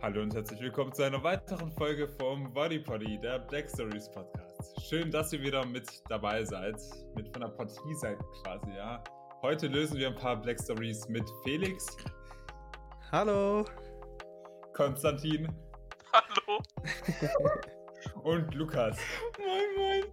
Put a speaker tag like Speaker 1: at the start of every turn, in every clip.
Speaker 1: Hallo und herzlich willkommen zu einer weiteren Folge vom Body Potty, der Black Stories Podcast. Schön, dass ihr wieder mit dabei seid, mit von der Partie seid quasi, ja. Heute lösen wir ein paar Black Stories mit Felix,
Speaker 2: Hallo.
Speaker 1: Konstantin
Speaker 3: Hallo.
Speaker 1: und Lukas.
Speaker 3: Moin, moin.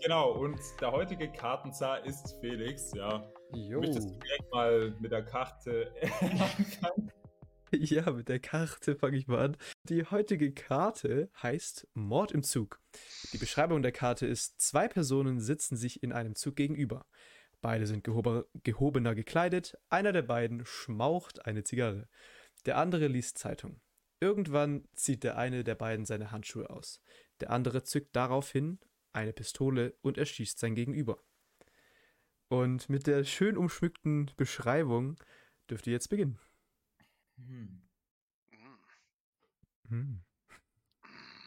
Speaker 1: Genau, und der heutige Kartenzar ist Felix, ja.
Speaker 2: Jo.
Speaker 1: Möchtest du direkt mal mit der Karte anfangen?
Speaker 2: Ja, mit der Karte fange ich mal an. Die heutige Karte heißt Mord im Zug. Die Beschreibung der Karte ist, zwei Personen sitzen sich in einem Zug gegenüber. Beide sind gehober, gehobener gekleidet, einer der beiden schmaucht eine Zigarre, der andere liest Zeitung. Irgendwann zieht der eine der beiden seine Handschuhe aus. Der andere zückt daraufhin eine Pistole und erschießt sein Gegenüber. Und mit der schön umschmückten Beschreibung dürft ihr jetzt beginnen.
Speaker 1: Hm.
Speaker 3: Mm.
Speaker 2: Hm.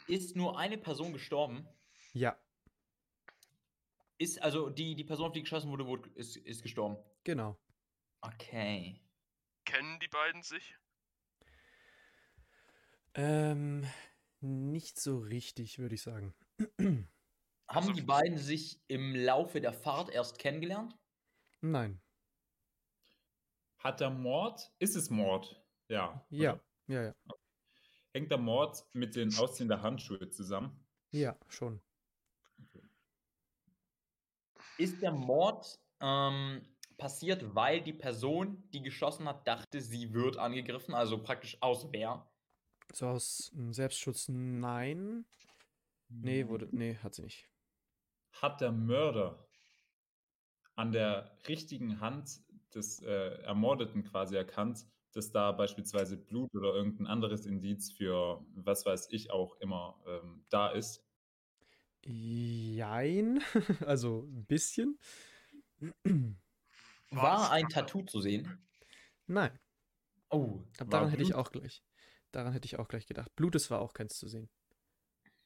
Speaker 4: Ist nur eine Person gestorben?
Speaker 2: Ja,
Speaker 4: Ist also die, die Person, auf die geschossen wurde, wurde ist, ist gestorben.
Speaker 2: genau.
Speaker 4: Okay.
Speaker 3: Kennen die beiden sich?
Speaker 2: Ähm, nicht so richtig, würde ich sagen.
Speaker 4: Haben
Speaker 3: Also-
Speaker 4: die beiden sich im Laufe der Fahrt erst kennengelernt?
Speaker 2: Nein.
Speaker 1: Hat der Mord, ist es Mord? Ja.
Speaker 2: Ja,
Speaker 1: oder?
Speaker 2: ja, ja.
Speaker 1: Hängt der Mord mit den Ausziehen der Handschuhe zusammen?
Speaker 2: Ja, schon.
Speaker 4: Ist der Mord ähm, passiert, weil die Person, die geschossen hat, dachte, sie wird angegriffen? Also praktisch aus Wehr?
Speaker 2: So aus ähm, Selbstschutz, nein. Nee, wurde, nee, hat sie nicht.
Speaker 1: hat der Mörder an der richtigen Hand des äh, Ermordeten quasi erkannt, dass da beispielsweise Blut oder irgendein anderes Indiz für was weiß ich auch immer ähm, da ist.
Speaker 2: Jein. Also ein bisschen.
Speaker 3: War
Speaker 4: War
Speaker 3: das
Speaker 4: ein
Speaker 3: Blut?
Speaker 4: Tattoo zu sehen?
Speaker 2: Nein.
Speaker 4: Oh.
Speaker 2: Aber
Speaker 1: War
Speaker 2: daran hätte ich
Speaker 1: Blut?
Speaker 2: auch gleich. Daran hätte ich auch gleich gedacht. Blutes war auch keins zu sehen.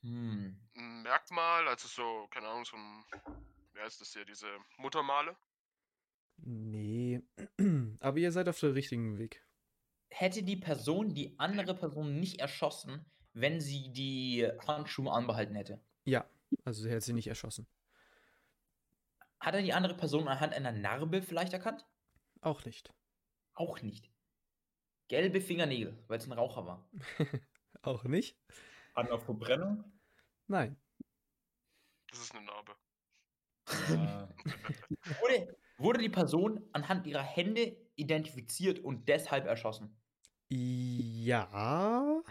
Speaker 4: Hm.
Speaker 3: Ein Merkmal, also so, keine Ahnung, so ein. Wie heißt das hier? Diese Muttermale?
Speaker 2: Nee. Aber ihr seid auf dem richtigen Weg.
Speaker 4: Hätte die Person die andere Person nicht erschossen, wenn sie die Handschuhe anbehalten hätte?
Speaker 2: Also sie hätte sie nicht erschossen.
Speaker 4: Hat er die andere Person anhand einer Narbe vielleicht erkannt?
Speaker 2: Auch nicht.
Speaker 4: Auch nicht. Gelbe Fingernägel, weil es ein Raucher war.
Speaker 2: Auch nicht?
Speaker 1: Hat auf Verbrennung?
Speaker 2: Nein.
Speaker 3: Das ist eine Narbe.
Speaker 1: Äh,
Speaker 4: Wurde, wurde die Person anhand ihrer Hände identifiziert und deshalb erschossen?
Speaker 2: Ja.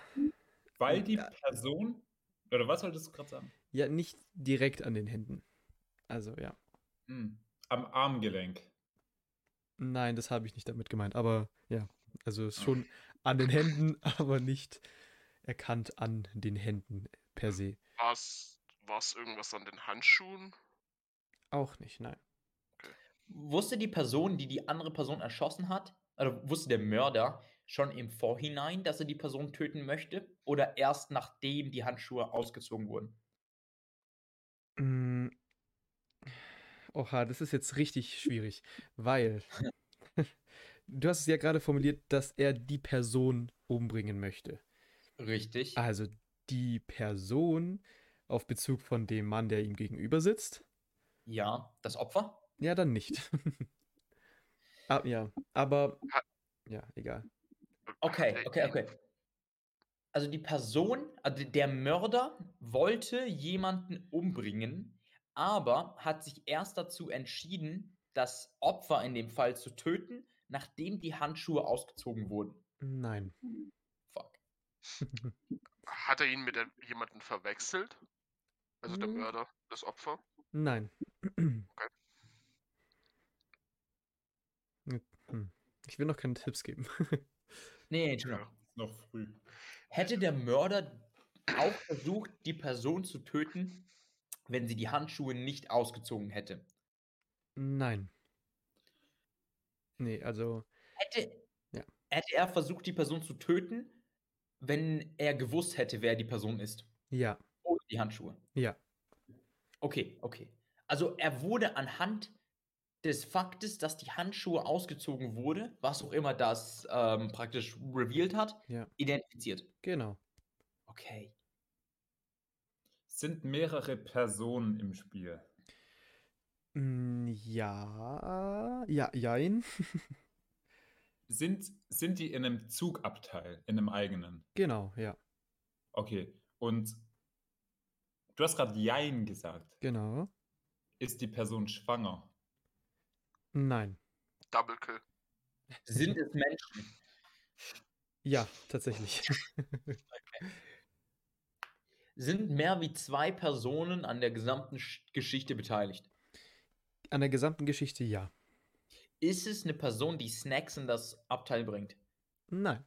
Speaker 1: weil die Person, oder was wolltest du gerade sagen?
Speaker 2: Ja, nicht direkt an den Händen. Also ja.
Speaker 1: Hm, am Armgelenk.
Speaker 2: Nein, das habe ich nicht damit gemeint. Aber ja, also ist schon an den Händen, aber nicht erkannt an den Händen per se.
Speaker 3: War es irgendwas an den Handschuhen?
Speaker 2: Auch nicht, nein.
Speaker 4: Wusste die Person, die die andere Person erschossen hat, also wusste der Mörder schon im Vorhinein, dass er die Person töten möchte? Oder erst nachdem die Handschuhe ausgezogen wurden?
Speaker 2: Mm. Oha, das ist jetzt richtig schwierig, weil du hast es ja gerade formuliert, dass er die Person umbringen möchte.
Speaker 4: Richtig.
Speaker 2: Also die Person auf Bezug von dem Mann, der ihm gegenüber sitzt.
Speaker 4: Ja, das Opfer?
Speaker 2: Ja, dann nicht. ah, ja, aber
Speaker 3: Ha-
Speaker 2: ja, egal.
Speaker 4: Okay,
Speaker 3: Äh,
Speaker 4: okay, okay. Also die Person, also der Mörder wollte jemanden umbringen, aber hat sich erst dazu entschieden, das Opfer in dem Fall zu töten, nachdem die Handschuhe ausgezogen wurden.
Speaker 2: Nein.
Speaker 4: Fuck.
Speaker 3: Hat er ihn mit der- jemandem verwechselt? Also der
Speaker 2: Hm.
Speaker 3: Mörder, das Opfer?
Speaker 2: Nein. Hm. Ich will noch keine Tipps geben.
Speaker 4: Nee, Entschuldigung.
Speaker 1: Noch früh.
Speaker 4: Hätte der Mörder auch versucht, die Person zu töten, wenn sie die Handschuhe nicht ausgezogen hätte?
Speaker 2: Nein. Nee, also
Speaker 4: Hätte,
Speaker 2: Ja.
Speaker 4: hätte er versucht, die Person zu töten, wenn er gewusst hätte, wer die Person ist?
Speaker 2: ja,
Speaker 4: Ohne die Handschuhe.
Speaker 2: ja,
Speaker 4: Okay, okay. Also er wurde anhand des Faktes, dass die Handschuhe ausgezogen wurde, was auch immer das ähm, praktisch revealed hat,
Speaker 2: Ja.
Speaker 4: identifiziert.
Speaker 2: Genau.
Speaker 4: Okay.
Speaker 1: Es sind mehrere Personen im Spiel.
Speaker 2: Mm, Ja, ja, jein.
Speaker 1: Sind, sind die in einem Zugabteil, in einem eigenen?
Speaker 2: Genau, ja,
Speaker 1: Okay. Und du hast gerade Jein gesagt.
Speaker 2: genau.
Speaker 1: Ist die Person schwanger?
Speaker 2: Nein.
Speaker 3: Double Kill.
Speaker 4: Sind es Menschen?
Speaker 2: Ja, tatsächlich.
Speaker 4: Sind mehr wie zwei Personen an der gesamten Sch- Geschichte beteiligt?
Speaker 2: An der gesamten Geschichte ja.
Speaker 4: Ist es eine Person, die Snacks in das Abteil bringt?
Speaker 2: Nein.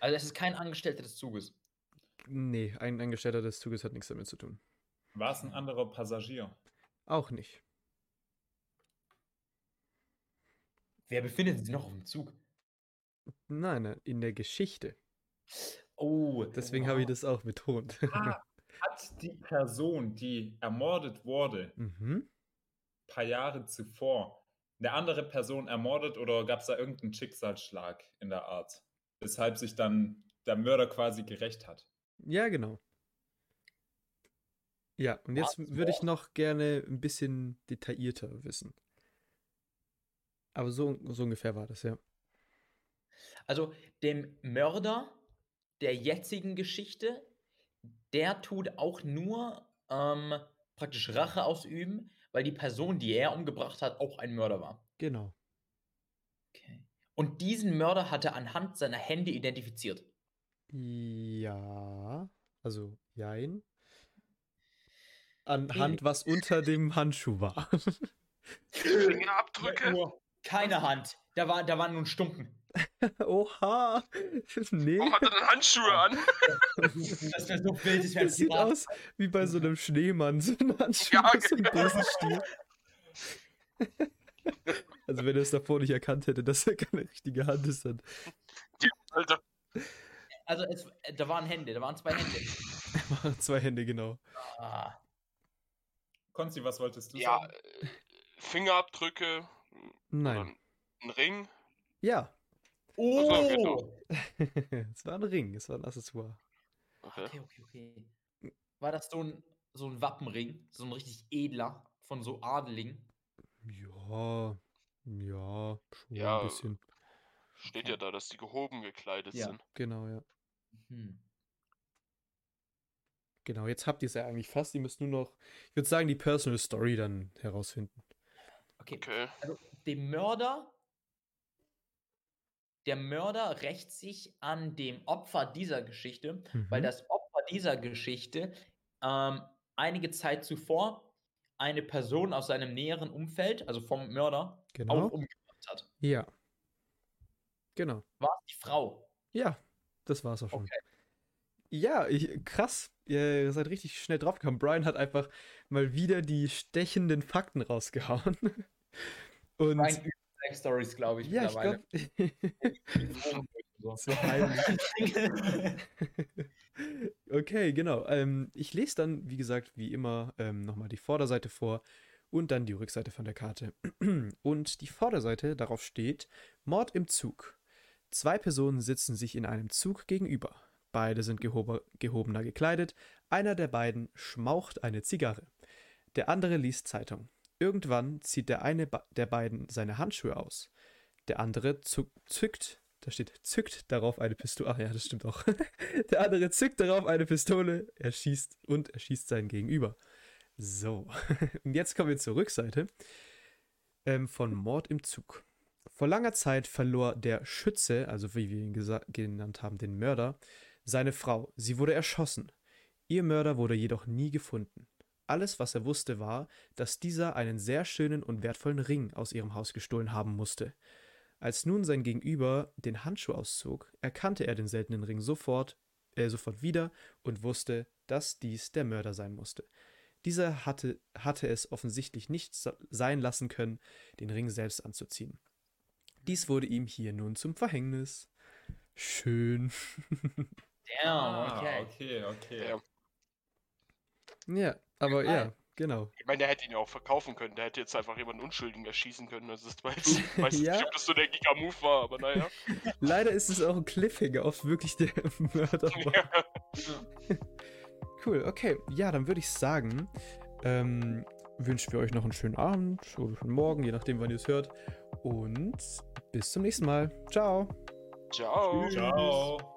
Speaker 4: Also es ist kein Angestellter des Zuges.
Speaker 2: Nee, ein Angestellter des Zuges hat nichts damit zu tun.
Speaker 1: War es ein anderer Passagier?
Speaker 2: Auch nicht.
Speaker 4: Wer befindet sich noch auf dem Zug?
Speaker 2: Nein, nein, in der Geschichte.
Speaker 4: Oh,
Speaker 2: Deswegen habe ich das auch betont.
Speaker 1: Ah. Hat die Person, die ermordet wurde,
Speaker 2: mhm.
Speaker 1: ein paar Jahre zuvor, eine andere Person ermordet oder gab es da irgendeinen Schicksalsschlag in der Art, weshalb sich dann der Mörder quasi gerecht hat?
Speaker 2: Ja, genau. Ja, und jetzt
Speaker 4: Was?
Speaker 2: würde ich noch gerne ein bisschen detaillierter wissen. Aber so, so ungefähr war das, ja.
Speaker 4: Also dem Mörder der jetzigen Geschichte, der tut auch nur ähm, praktisch Rache ausüben, weil die Person, die er umgebracht hat, auch ein Mörder war.
Speaker 2: Genau.
Speaker 4: Okay. Und diesen Mörder hat er anhand seiner Hände identifiziert.
Speaker 2: Ja, also jein. Anhand, was unter dem Handschuh war.
Speaker 3: Fingerabdrücke?
Speaker 1: Nur
Speaker 4: Keine Hand. Da, war, da waren nun Stumpen.
Speaker 2: Oha! Nee.
Speaker 3: Warum hat er denn Handschuhe an?
Speaker 4: Das wäre so wild. Das, wär
Speaker 2: Das sieht
Speaker 4: privat.
Speaker 2: aus wie bei so einem Schneemann, so ein Handschuh
Speaker 3: Ja,
Speaker 2: aus dem
Speaker 3: genau.
Speaker 2: Besenstiel. Also wenn er es davor nicht erkannt hätte, dass er keine richtige Hand ist, dann
Speaker 3: Alter.
Speaker 4: Also es, da waren Hände, da waren zwei Hände.
Speaker 2: waren zwei Hände, genau.
Speaker 4: Ah.
Speaker 1: Konzi, was wolltest du
Speaker 3: Ja,
Speaker 1: sagen?
Speaker 3: äh, Fingerabdrücke,
Speaker 2: Nein.
Speaker 3: ein Ring.
Speaker 2: Ja.
Speaker 4: Oh!
Speaker 3: Ach so, genau.
Speaker 2: es war ein Ring, es war ein Accessoire.
Speaker 3: Okay.
Speaker 4: Okay, okay, okay. War das so ein, so ein Wappenring? So ein richtig edler von so Adeligen?
Speaker 2: Ja, ja, schon
Speaker 3: Ja.
Speaker 2: ein bisschen.
Speaker 3: Steht ja da, dass die gehoben gekleidet
Speaker 4: Ja.
Speaker 3: sind.
Speaker 2: Genau, ja.
Speaker 4: Hm.
Speaker 2: Genau, jetzt habt ihr es ja eigentlich fast. Ihr müsst nur noch, ich würde sagen, die Personal Story dann herausfinden.
Speaker 4: Okay.
Speaker 3: Okay.
Speaker 4: Dem Mörder. Der Mörder rächt sich an dem Opfer dieser Geschichte, weil
Speaker 2: Mhm.
Speaker 4: das Opfer dieser Geschichte ähm, einige Zeit zuvor eine Person aus seinem näheren Umfeld, also vom Mörder, auch um
Speaker 2: Genau.
Speaker 4: umgebracht hat.
Speaker 2: Ja. Genau.
Speaker 4: War es die Frau?
Speaker 2: Ja, das war's auch schon. Ja, ich, krass. Ihr seid richtig schnell draufgekommen. Brian hat einfach mal wieder die stechenden Fakten rausgehauen. Und
Speaker 4: Nein, Black Stories, glaube ich.
Speaker 2: ja, ich
Speaker 4: mittlerweile.
Speaker 2: glaube, es war heimlich. Okay, genau. Ähm, ich lese dann, wie gesagt, wie immer ähm, nochmal die Vorderseite vor und dann die Rückseite von der Karte. Und die Vorderseite, darauf steht Mord im Zug. Zwei Personen sitzen sich in einem Zug gegenüber. Beide sind gehobe, gehobener gekleidet. Einer der beiden schmaucht eine Zigarre. Der andere liest Zeitung. Irgendwann zieht der eine ba- der beiden seine Handschuhe aus. Der andere zu- zückt, da steht zückt darauf eine Pistole. Ach ja, das stimmt auch. Der andere zückt darauf eine Pistole, er schießt und er schießt seinen Gegenüber. So, und jetzt kommen wir zur Rückseite ähm, von Mord im Zug. Vor langer Zeit verlor der Schütze, also wie wir ihn gesa- genannt haben, den Mörder, seine Frau. Sie wurde erschossen. Ihr Mörder wurde jedoch nie gefunden. Alles, was er wusste, war, dass dieser einen sehr schönen und wertvollen Ring aus ihrem Haus gestohlen haben musste. Als nun sein Gegenüber den Handschuh auszog, erkannte er den seltenen Ring sofort, äh, sofort wieder und wusste, dass dies der Mörder sein musste. Dieser hatte, hatte es offensichtlich nicht sa- sein lassen können, den Ring selbst anzuziehen. Dies wurde ihm hier nun zum Verhängnis. Schön.
Speaker 4: Damn,
Speaker 1: Ah,
Speaker 4: okay.
Speaker 1: okay, okay.
Speaker 3: Ja.
Speaker 2: Ja, aber ja, Genau.
Speaker 3: Ich meine, der hätte ihn ja auch verkaufen können. Der hätte jetzt einfach jemanden Unschuldigen erschießen können. Also das war jetzt, ich weiß
Speaker 2: Ja.
Speaker 3: nicht, ob das so der Giga-Move war, aber naja.
Speaker 2: Leider ist es auch ein Cliffhanger, ob wirklich der Mörder war.
Speaker 3: ja.
Speaker 2: Cool, okay. Ja, dann würde ich sagen, ähm, wünschen wir euch noch einen schönen Abend oder schönen Morgen, je nachdem, wann ihr es hört. Und bis zum nächsten Mal. Ciao.
Speaker 3: Ciao.
Speaker 1: Ciao.